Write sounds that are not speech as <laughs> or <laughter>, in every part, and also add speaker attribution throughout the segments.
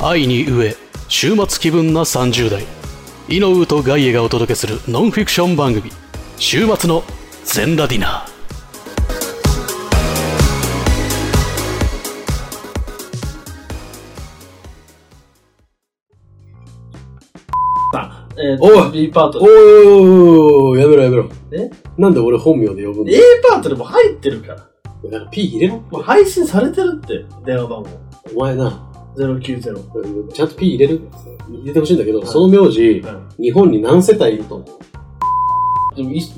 Speaker 1: 愛に飢え週末気分な30代イノウとガイエがお届けするノンフィクション番組「週末のゼンラディナー」
Speaker 2: さあ、えー、
Speaker 3: おい
Speaker 2: B パート
Speaker 3: お。ーおーやめろやめろ。
Speaker 2: え
Speaker 3: なんで俺本名で呼ぶんだ
Speaker 2: A パートでも入ってるから。
Speaker 3: なんか P 入れろ。
Speaker 2: もう配信されてるって、電話番号。
Speaker 3: お前な、
Speaker 2: 090。
Speaker 3: ちゃんと P 入れる入れてほしいんだけど、その名字、日本に何世帯いると思う
Speaker 2: でもい、いそ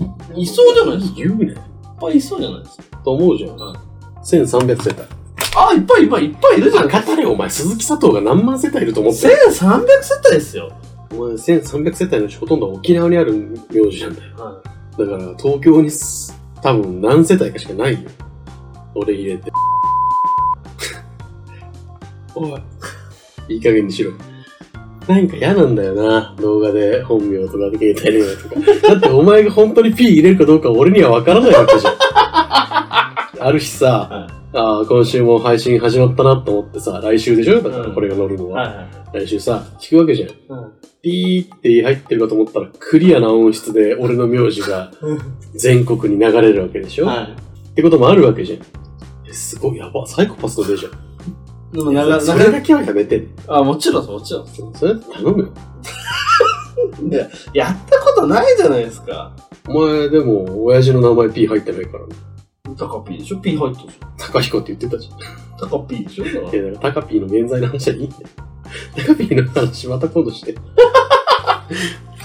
Speaker 2: うじゃないですか。
Speaker 3: 言うね。
Speaker 2: いっぱいいそうじゃないですか。
Speaker 3: と思うじゃん。1300世帯。
Speaker 2: あ、いっぱいいっぱいいっぱいいるじゃん。
Speaker 3: 赤たれお前、鈴木佐藤が何万世帯いると思ってる
Speaker 2: 1300世帯ですよ。
Speaker 3: お前、1300世帯のうちほとんど沖縄にある名字なんだよ。
Speaker 2: は
Speaker 3: だから、東京にす多分何世帯かしかないよ。俺入れて。 <laughs> おい、いい加減にしろ。なんか嫌なんだよな。動画で本名とか携帯電話とか。だってお前が本当に P 入れるかどうか俺には分からないわけじゃん。 <laughs> ある日さ、
Speaker 2: はい
Speaker 3: あー今週も配信始まったなと思ってさ、来週でしょだから
Speaker 2: うん
Speaker 3: これが乗るの
Speaker 2: い
Speaker 3: は。
Speaker 2: はいはい。
Speaker 3: 来週さ、聞くわけじゃん。
Speaker 2: うん
Speaker 3: ピーって入ってるかと思ったら、クリアな音質で俺の名字が全国に流れるわけでしょ、
Speaker 2: はい。
Speaker 3: ってこともあるわけじゃん。えすごい、やば、サイコパスの出じゃん。
Speaker 2: でも、なか、
Speaker 3: そ
Speaker 2: な
Speaker 3: れ
Speaker 2: か、
Speaker 3: だけはやめて。
Speaker 2: あ、もちろんです、もちろんです。
Speaker 3: それ頼むよ。
Speaker 2: で、やったことないじゃないですか。
Speaker 3: お前、でも、親父の名前 P 入ってないから、ね、
Speaker 2: タカピーでしょ ?P 入ってるでし
Speaker 3: 高彦って言ってたじゃん。
Speaker 2: ょタカピーでしょ <laughs>
Speaker 3: いや、だから高 P の現在の話はいいんだよ。高 P の話また今度して。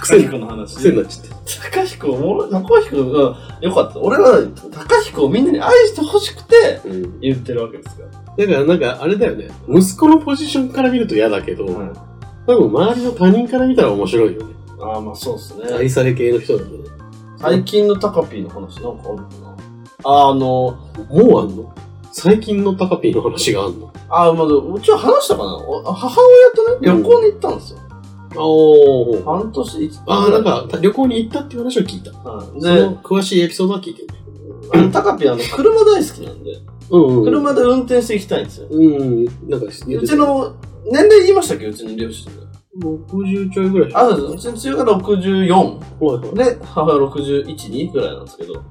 Speaker 3: 癖に
Speaker 2: 彦の話
Speaker 3: 癖になっちゃって。
Speaker 2: 高彦おもろ、高彦が良かった。俺は高彦をみんなに愛してほしくて
Speaker 3: うん、
Speaker 2: 言ってるわけですから。
Speaker 3: だからなんかあれだよね息子のポジションから見ると嫌だけど、多分周りの他人から見たら面白いよね
Speaker 2: ああ、まあそうですね。
Speaker 3: 愛され系の人だとね
Speaker 2: 最近のタカピーの話なんかあるかなあの、
Speaker 3: もうあんの最近のタカピーの話があんの
Speaker 2: ああ、まあ、うちは話したかなお母親とね、
Speaker 3: う
Speaker 2: 旅
Speaker 3: ん
Speaker 2: 行に行ったんですよ。
Speaker 3: あ
Speaker 2: 半年、一
Speaker 3: ああなんか旅行に行ったっていう話を聞いた
Speaker 2: はい
Speaker 3: そ
Speaker 2: で
Speaker 3: の、詳しいエピソードは聞いてる
Speaker 2: あのタカピーあの、車大好きなんで、
Speaker 3: うんうん
Speaker 2: 車で運転していきたいんですよ。
Speaker 3: うんなんか言
Speaker 2: うちの、年齢言いましたっけうちの両親で。
Speaker 3: 60ちょいぐらい
Speaker 2: あ、そうです。うちの父親が64。
Speaker 3: 怖い怖い
Speaker 2: で、母親61、2くらいなんですけど、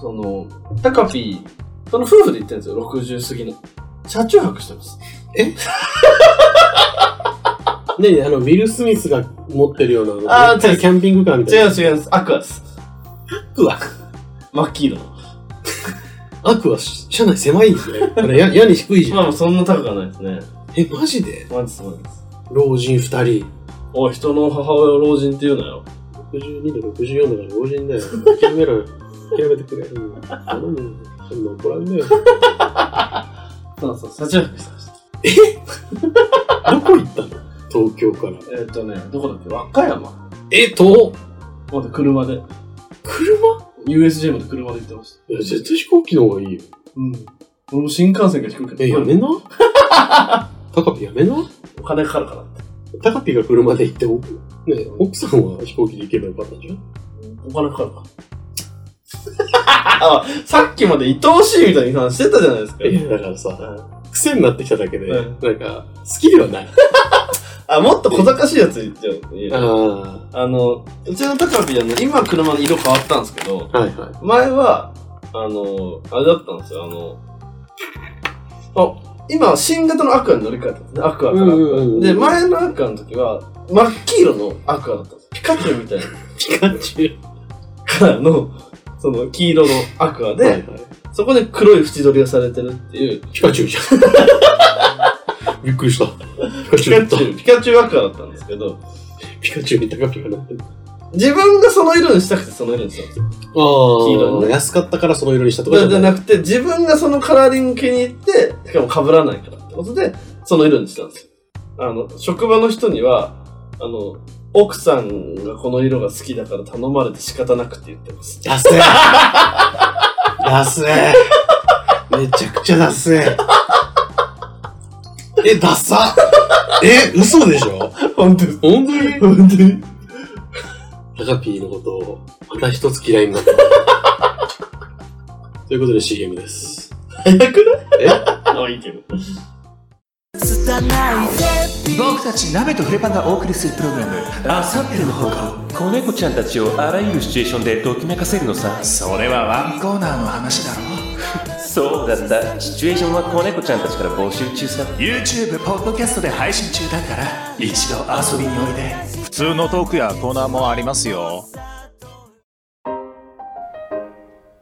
Speaker 2: その、タカピー、その夫婦で行ってるんですよ、60過ぎの。車中泊してます。
Speaker 3: ねえあのウィル・スミスが持ってるような
Speaker 2: あー
Speaker 3: でっかいキャンピングカーみたいな
Speaker 2: 違う違う、アクアです。
Speaker 3: うわ
Speaker 2: 真っ黄色の。
Speaker 3: アクは車内狭いんですねこれ <laughs> 屋屋に低いじゃ
Speaker 2: ま
Speaker 3: ん
Speaker 2: あまあそんな高くはないですね。
Speaker 3: えマジで
Speaker 2: マジです、マジです。
Speaker 3: 老人2人
Speaker 2: おい、人の母親を老人って言うなよ。
Speaker 3: 62と64だから老人だよ。諦めろよ。諦めてくれ。うん。頼むよ。そんな怒らんだよ。ど
Speaker 2: そうそう、車中泊してました。
Speaker 3: こ行ったの東京から。
Speaker 2: えーっ、とね、どこだっけ和歌山。
Speaker 3: えっと、
Speaker 2: まだ車で。
Speaker 3: 車
Speaker 2: USJ まで車で行ってました。
Speaker 3: いや、絶対飛行機の方がいいよ。
Speaker 2: うん。俺も新幹線が低く
Speaker 3: え、
Speaker 2: て、
Speaker 3: やめな <laughs> タカピやめな
Speaker 2: お金かかるからって。
Speaker 3: タカピが車で行って、おね、奥さんは飛行機で行けばよかったじゃん。
Speaker 2: お金かかる <laughs> か。あさっきまで愛おしいみたいに話してたじゃないですか。
Speaker 3: え、だからさ、癖になってきただけで、
Speaker 2: うん
Speaker 3: なんか、好きではない。
Speaker 2: あ、もっと小賢しいやつ言っちゃおう言う。
Speaker 3: あ
Speaker 2: あの、うちの高ピーあの、今車の色変わったんですけど、
Speaker 3: あ、はいはい。
Speaker 2: 前は、あの、あれだったんですよ、あの、あ、今は新型のアクアに乗り換えたんですね、アクアからアクア。
Speaker 3: うんうんうんうん
Speaker 2: で、前のアクアの時は、真っ黄色のアクアだったんです。ピカチュウみたいな
Speaker 3: ピカチュウ。
Speaker 2: からの、その黄色のアクアで、
Speaker 3: はいはい。
Speaker 2: そこで黒い縁取りがされてるっていう、
Speaker 3: ピカチュウじゃ <laughs> ん。びっくりした。ピカ
Speaker 2: ピ
Speaker 3: チュ
Speaker 2: カ
Speaker 3: ウだっ
Speaker 2: チ
Speaker 3: た。
Speaker 2: ュウ、ピカチュウアクアだったんですけど、
Speaker 3: ピカチュウに高ピカなってる。
Speaker 2: 自分がその色にしたくてその色にしたんですよ。
Speaker 3: ああ
Speaker 2: 黄色いね
Speaker 3: 安かったからその色にしたってこと
Speaker 2: じゃ
Speaker 3: ない
Speaker 2: なくて、自分がそのカラーリング気に入って、しかも被らないからってことで、その色にしたんですよ。あの、職場の人には、あの、奥さんがこの色が好きだから頼まれて仕方なくって言ってます。
Speaker 3: ダセえダセえめちゃくちゃダセええ、ダサえ、嘘でしょ
Speaker 2: <laughs> 本当です。
Speaker 3: 本当に
Speaker 2: 本当に。
Speaker 3: タカピーのことを、また一つ嫌いになった。ということで CM です。
Speaker 2: 早くない
Speaker 3: え
Speaker 2: あ、いいけど。
Speaker 4: 僕たち鍋とフレパンがお送りするプログラム「あさっての放課後」子猫ちゃんたちをあらゆるシチュエーションでときめかせるのさそれはワンコーナーの話だろ <laughs> そうだったシチュエーションは子猫ちゃんたちから募集中さ YouTube ポッドキャストで配信中だから一度遊びにおいで
Speaker 5: 普通のトークやコーナーもありますよ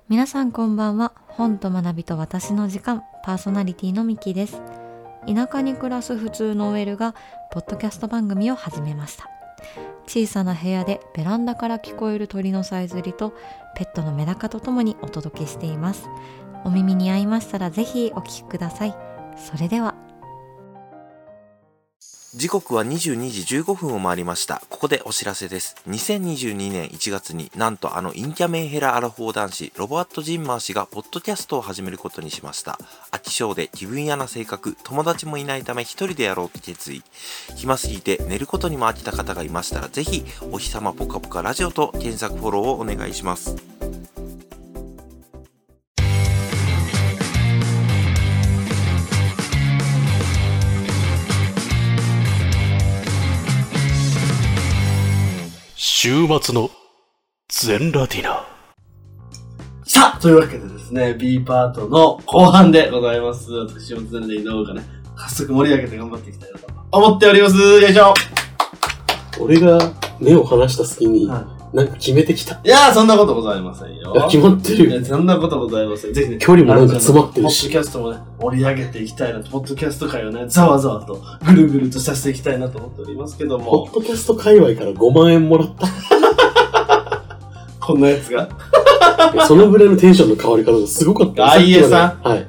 Speaker 6: 皆さんこんばんは本と学びと私の時間パーソナリティのミキです田舎に暮らす普通の OL がポッドキャスト番組を始めました小さな部屋でベランダから聞こえる鳥のさえずりとペットのメダカとともにお届けしていますお耳に合いましたらぜひお聞きくださいそれでは
Speaker 7: 時刻は22時15分を回りました。ここでお知らせです。2022年1月になんとあのインキャメンヘラアラフォー男子、ロバート・ジンマー氏がポッドキャストを始めることにしました。飽き性で気分屋な性格、友達もいないため一人でやろうと決意。暇すぎて寝ることにも飽きた方がいましたら、ぜひお日様ぽかぽかラジオと検索フォローをお願いします。
Speaker 1: 週末のゼンラディナ
Speaker 2: さあ、というわけでですね、B パートの後半でございます。私も全然移動から、早速盛り上げて頑張っていきたいなと思っております。よいしょ
Speaker 3: 俺が目を離した隙に、
Speaker 2: はい
Speaker 3: なんか決めてきた。
Speaker 2: いやー、そんなことございませんよ
Speaker 3: い。や決まってる
Speaker 2: い
Speaker 3: よ。
Speaker 2: やそんなことございません。ぜひね、
Speaker 3: 距離もなんか詰まってる
Speaker 2: ポッドキャストもね、盛り上げていきたいなと、ポッドキャスト界をね、ざわざわと、ぐるぐるとさせていきたいなと思っておりますけど
Speaker 3: ポ
Speaker 2: も
Speaker 3: ッ、ドキャスト界隈から5万円もらっ
Speaker 2: こんなやつが、
Speaker 3: <laughs> た。そのぐらいのテンションの変わり方がすごかった。
Speaker 2: あいえ
Speaker 3: さっきまではい。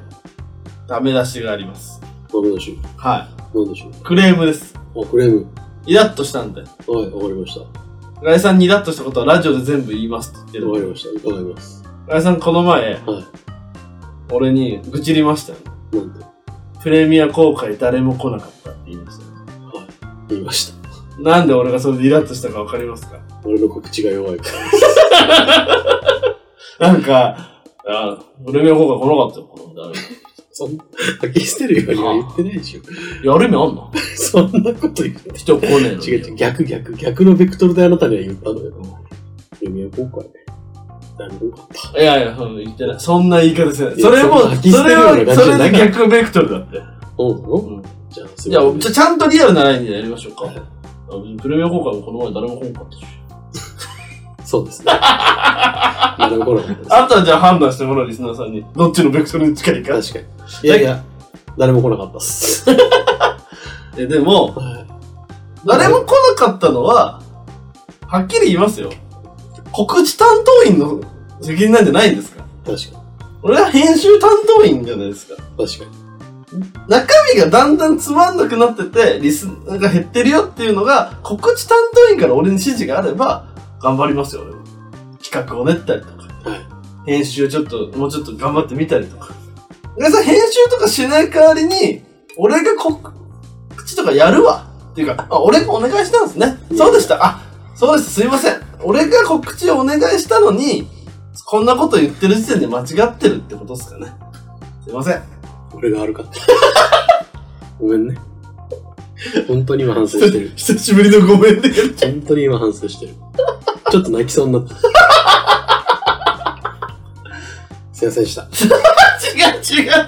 Speaker 2: ダメ出しがあります。
Speaker 3: どうでしょ
Speaker 2: は
Speaker 3: う。どうでしょ
Speaker 2: い。クレームです。
Speaker 3: う。あ、クレーム。
Speaker 2: イラッとしたんで。
Speaker 3: はい、わかりました。わ
Speaker 2: ガイさんにイラッとしたことはラジオで全部言いますって言ってるん
Speaker 3: か
Speaker 2: で。
Speaker 3: りました。伺います。
Speaker 2: ガイさん、この前、
Speaker 3: は
Speaker 2: 俺に愚痴りましたよ。
Speaker 3: い。なんと、
Speaker 2: プレミア公開誰も来なかったって言いましたよ。
Speaker 3: 言いました。
Speaker 2: なんで俺がそれでイラッとしたかわかりますか
Speaker 3: 俺の告知が弱いから。
Speaker 2: なんか、あプレミア公開来なかったよ、この誰も
Speaker 3: そんな、吐き捨てるようには言ってないでしょ。
Speaker 2: やる意味あんの
Speaker 3: そんなこと言ってない。
Speaker 2: 人来ねえのに。
Speaker 3: 違う違う、逆逆、逆のベクトルであなたには言ったのよ。プレミア公開ね。何もよかった。
Speaker 2: いやいや、その言ってない。そんな言い方してない。
Speaker 3: いや
Speaker 2: それも、
Speaker 3: そんな
Speaker 2: そ
Speaker 3: 気してる
Speaker 2: れ
Speaker 3: ような
Speaker 2: は、そ
Speaker 3: 感じじゃな
Speaker 2: れ
Speaker 3: い
Speaker 2: で逆ベクトルだって。
Speaker 3: そうなの
Speaker 2: うん
Speaker 3: じゃあ、す
Speaker 2: い
Speaker 3: ご
Speaker 2: や、
Speaker 3: い
Speaker 2: じゃあちゃんとリアルなラインでやりましょうか。
Speaker 3: はい
Speaker 2: あ別にプレミア公開もこの前誰も来なかったし。
Speaker 3: そうですね。なるほど。確
Speaker 2: あとはじゃあ判断してもらうリスナーさんに、どっちのベクトルに近いか。
Speaker 3: かに。いやいや、誰も来なかったっす。
Speaker 2: え、でも、
Speaker 3: は
Speaker 2: 誰も来なかったのは、はっきり言いますよ。告知担当員の責任なんじゃないんですか
Speaker 3: い確か
Speaker 2: 俺は編集担当員じゃないですか。
Speaker 3: に。確かに。
Speaker 2: 中身がだんだんつまんなくなってて、リスナーが減ってるよっていうのが、告知担当員から俺に指示があれば、頑張りますよ、俺も。企画を練ったりとか、編集をちょっと、もうちょっと頑張ってみたりとか。でさ、編集とかしない代わりに、俺が告知とかやるわ。っていうか、あ、俺がお願いしたんですね。そうでした。あ、そうでした。すいません。俺が告知をお願いしたのに、こんなこと言ってる時点で間違ってるってことですかね。すいません。
Speaker 3: 俺が悪かった。ごめんね。本当に今反省してる。
Speaker 2: 久しぶりのごめんね。
Speaker 3: 本当に今反省してる。ちょっと泣きそうになった。すいませんでした。すい
Speaker 2: 違う違う違う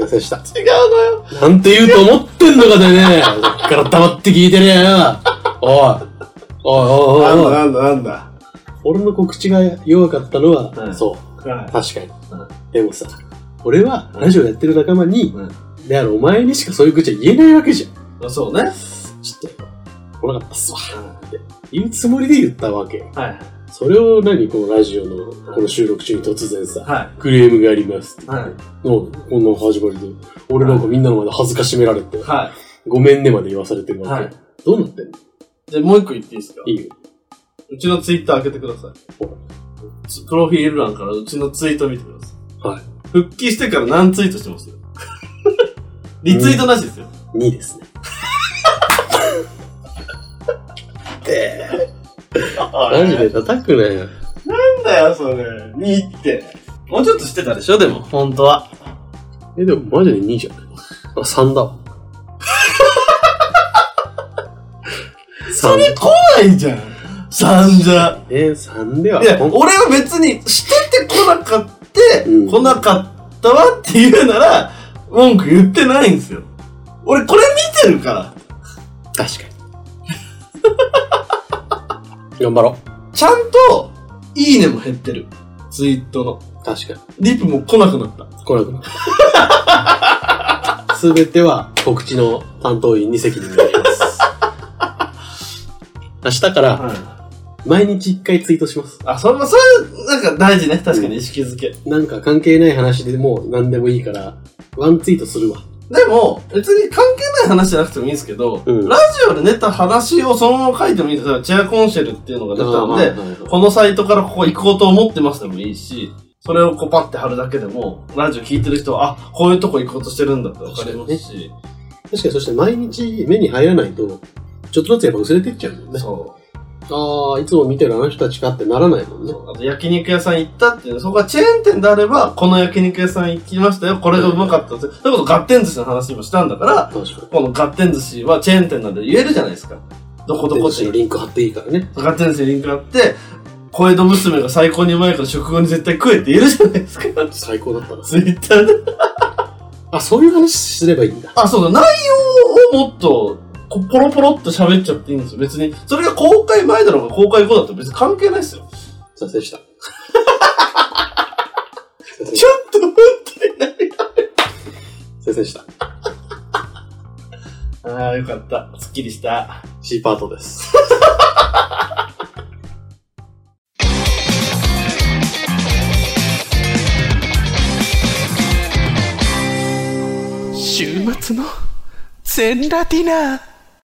Speaker 3: ませんでした。
Speaker 2: 違うのよ。
Speaker 3: なんて言うと思ってんのかてね。そっから黙って聞いてねえよ。おい。おいおいおいおい。
Speaker 2: なんだなんだ。
Speaker 3: 俺の告知が弱かったのは、
Speaker 2: はい
Speaker 3: そう。
Speaker 2: は
Speaker 3: 確かに、でもさ俺はラジオやってる仲間に、
Speaker 2: うん
Speaker 3: であるお前にしかそういう口は言えないわけじゃん
Speaker 2: い。そうね。
Speaker 3: ちょっと来なかったっすわって言うつもりで言ったわけよ
Speaker 2: はい。
Speaker 3: それを何このラジオのこの収録中に突然さ、
Speaker 2: は
Speaker 3: クレームがありますって
Speaker 2: い。は
Speaker 3: もうこんなの始まりで俺なんかみんなの前で恥ずかしめられて、
Speaker 2: い。は
Speaker 3: ごめんねまで言わされてるわけ、
Speaker 2: はい
Speaker 3: どうなってん
Speaker 2: い。
Speaker 3: の
Speaker 2: で、もう一個言っていいですか
Speaker 3: いいよ
Speaker 2: うちのツイッター開けてください。プロフィール欄からうちのツイート見てください。
Speaker 3: はい。
Speaker 2: 復帰して <laughs> から何ツイートしてますよ。リツイートなしですよ。
Speaker 3: 2ですねって。マ
Speaker 2: マ
Speaker 3: ジで叩くなよ。
Speaker 2: なんだよ、それ。2って。もうちょっとしてたでしょ、でも、本当は。
Speaker 3: え、でもマジで2じゃないあ、3だわ。 <laughs> それこ
Speaker 2: ないじゃん。3じゃ。
Speaker 3: え、3では。
Speaker 2: いや、
Speaker 3: ほん
Speaker 2: 俺は別にしててこなかって、
Speaker 3: うん
Speaker 2: 来なかったわって言うなら、文句言ってないんですよ。俺これ見てるから、
Speaker 3: 確かに。頑張ろ
Speaker 2: ちゃんと、いいねも減ってる。ツイートの。
Speaker 3: う。確かに。
Speaker 2: リプも来なくなった。
Speaker 3: これすべては告知の担当員に責任があります。 <laughs> 明日から毎日1回ツイートします。
Speaker 2: あ、それも、それ、なんか大事ね。確かに意識づけ。
Speaker 3: なんか関係ない話でもう何でもいいから、ワンツイートするわ。
Speaker 2: でも、別に関係ない話じゃなくてもいいんですけど、
Speaker 3: うん
Speaker 2: ラジオでネタ話をそのまま書いてもいいんですよ。チェアコンシェルっていうのが出たんで、このサイトからここ行こうと思ってますでもいいし、それをこうパッて貼るだけでも、ラジオ聞いてる人は、あ、こういうとこ行こうとしてるんだってわかりますし、
Speaker 3: 確かに、そして毎日目に入らないと、ちょっとずつやっぱ薄れてっちゃうもんね。
Speaker 2: そ
Speaker 3: ああ、いつも見てるあの人たちかってならないもん
Speaker 2: う
Speaker 3: ね。
Speaker 2: そう。あと焼肉屋さん行ったっていう、そこがチェーン店であれば、この焼肉屋さん行きましたよ、これがうまかったです。だことガッテン寿司の話もしたんだから、
Speaker 3: 確かに。
Speaker 2: このガッテン寿司はチェーン店なんで言えるじゃないですか。どこどこ
Speaker 3: こ
Speaker 2: っ
Speaker 3: ってちのリンク貼っていいからね。
Speaker 2: ガッテン寿司にリンクがあって、小江戸娘が最高にうまいから食後に絶対食えって言えるじゃないです <laughs> か。
Speaker 3: 最高だったな。
Speaker 2: ツイッターで。
Speaker 3: あ、そういう話すればいいんだ。
Speaker 2: あ、そうだ、内容をもっと、こうポロポロっと喋っちゃっていいんですよ。別に、それが公開前だろうが公開後だって別に関係ないですよ。
Speaker 3: 挫折した。
Speaker 2: ちょっと待
Speaker 3: 挫折した。
Speaker 2: って。ああ、よかった。すっきりした。
Speaker 3: C パートです。
Speaker 1: 週末のゼンラディナー